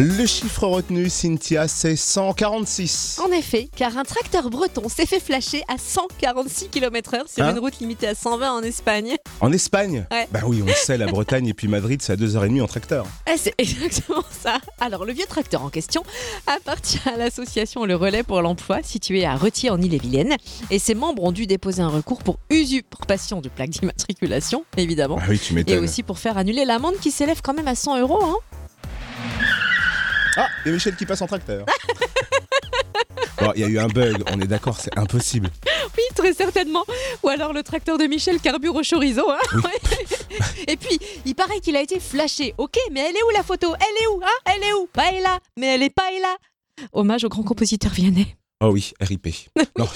Le chiffre retenu, Cynthia, c'est 146. En effet, car un tracteur breton s'est fait flasher à 146 km/h sur Hein une route limitée à 120 en Espagne. En Espagne Ouais. Bah oui, on le sait, la Bretagne et puis Madrid, c'est à 2h30 en tracteur. Eh, c'est exactement ça. Alors, le vieux tracteur en question appartient à l'association Le Relais pour l'Emploi, située à Retier en Ille-et-Vilaine. Et ses membres ont dû déposer un recours pour usurpation de plaque d'immatriculation, évidemment. Ah oui, tu Et m'étonnes. aussi pour faire annuler l'amende qui s'élève quand même à 100 euros. hein. Ah, il y a Michel qui passe en tracteur. Bon, il y a eu un bug, on est d'accord, c'est impossible. Oui, très certainement. Ou alors le tracteur de Michel carbure au chorizo. hein. Ouais. Et puis, il paraît qu'il a été flashé. Ok, mais elle est où la photo Elle est où hein Elle est où Bah, elle est là, mais elle est pas elle est là. Hommage au grand compositeur viennet. Oh oui, RIP. Non.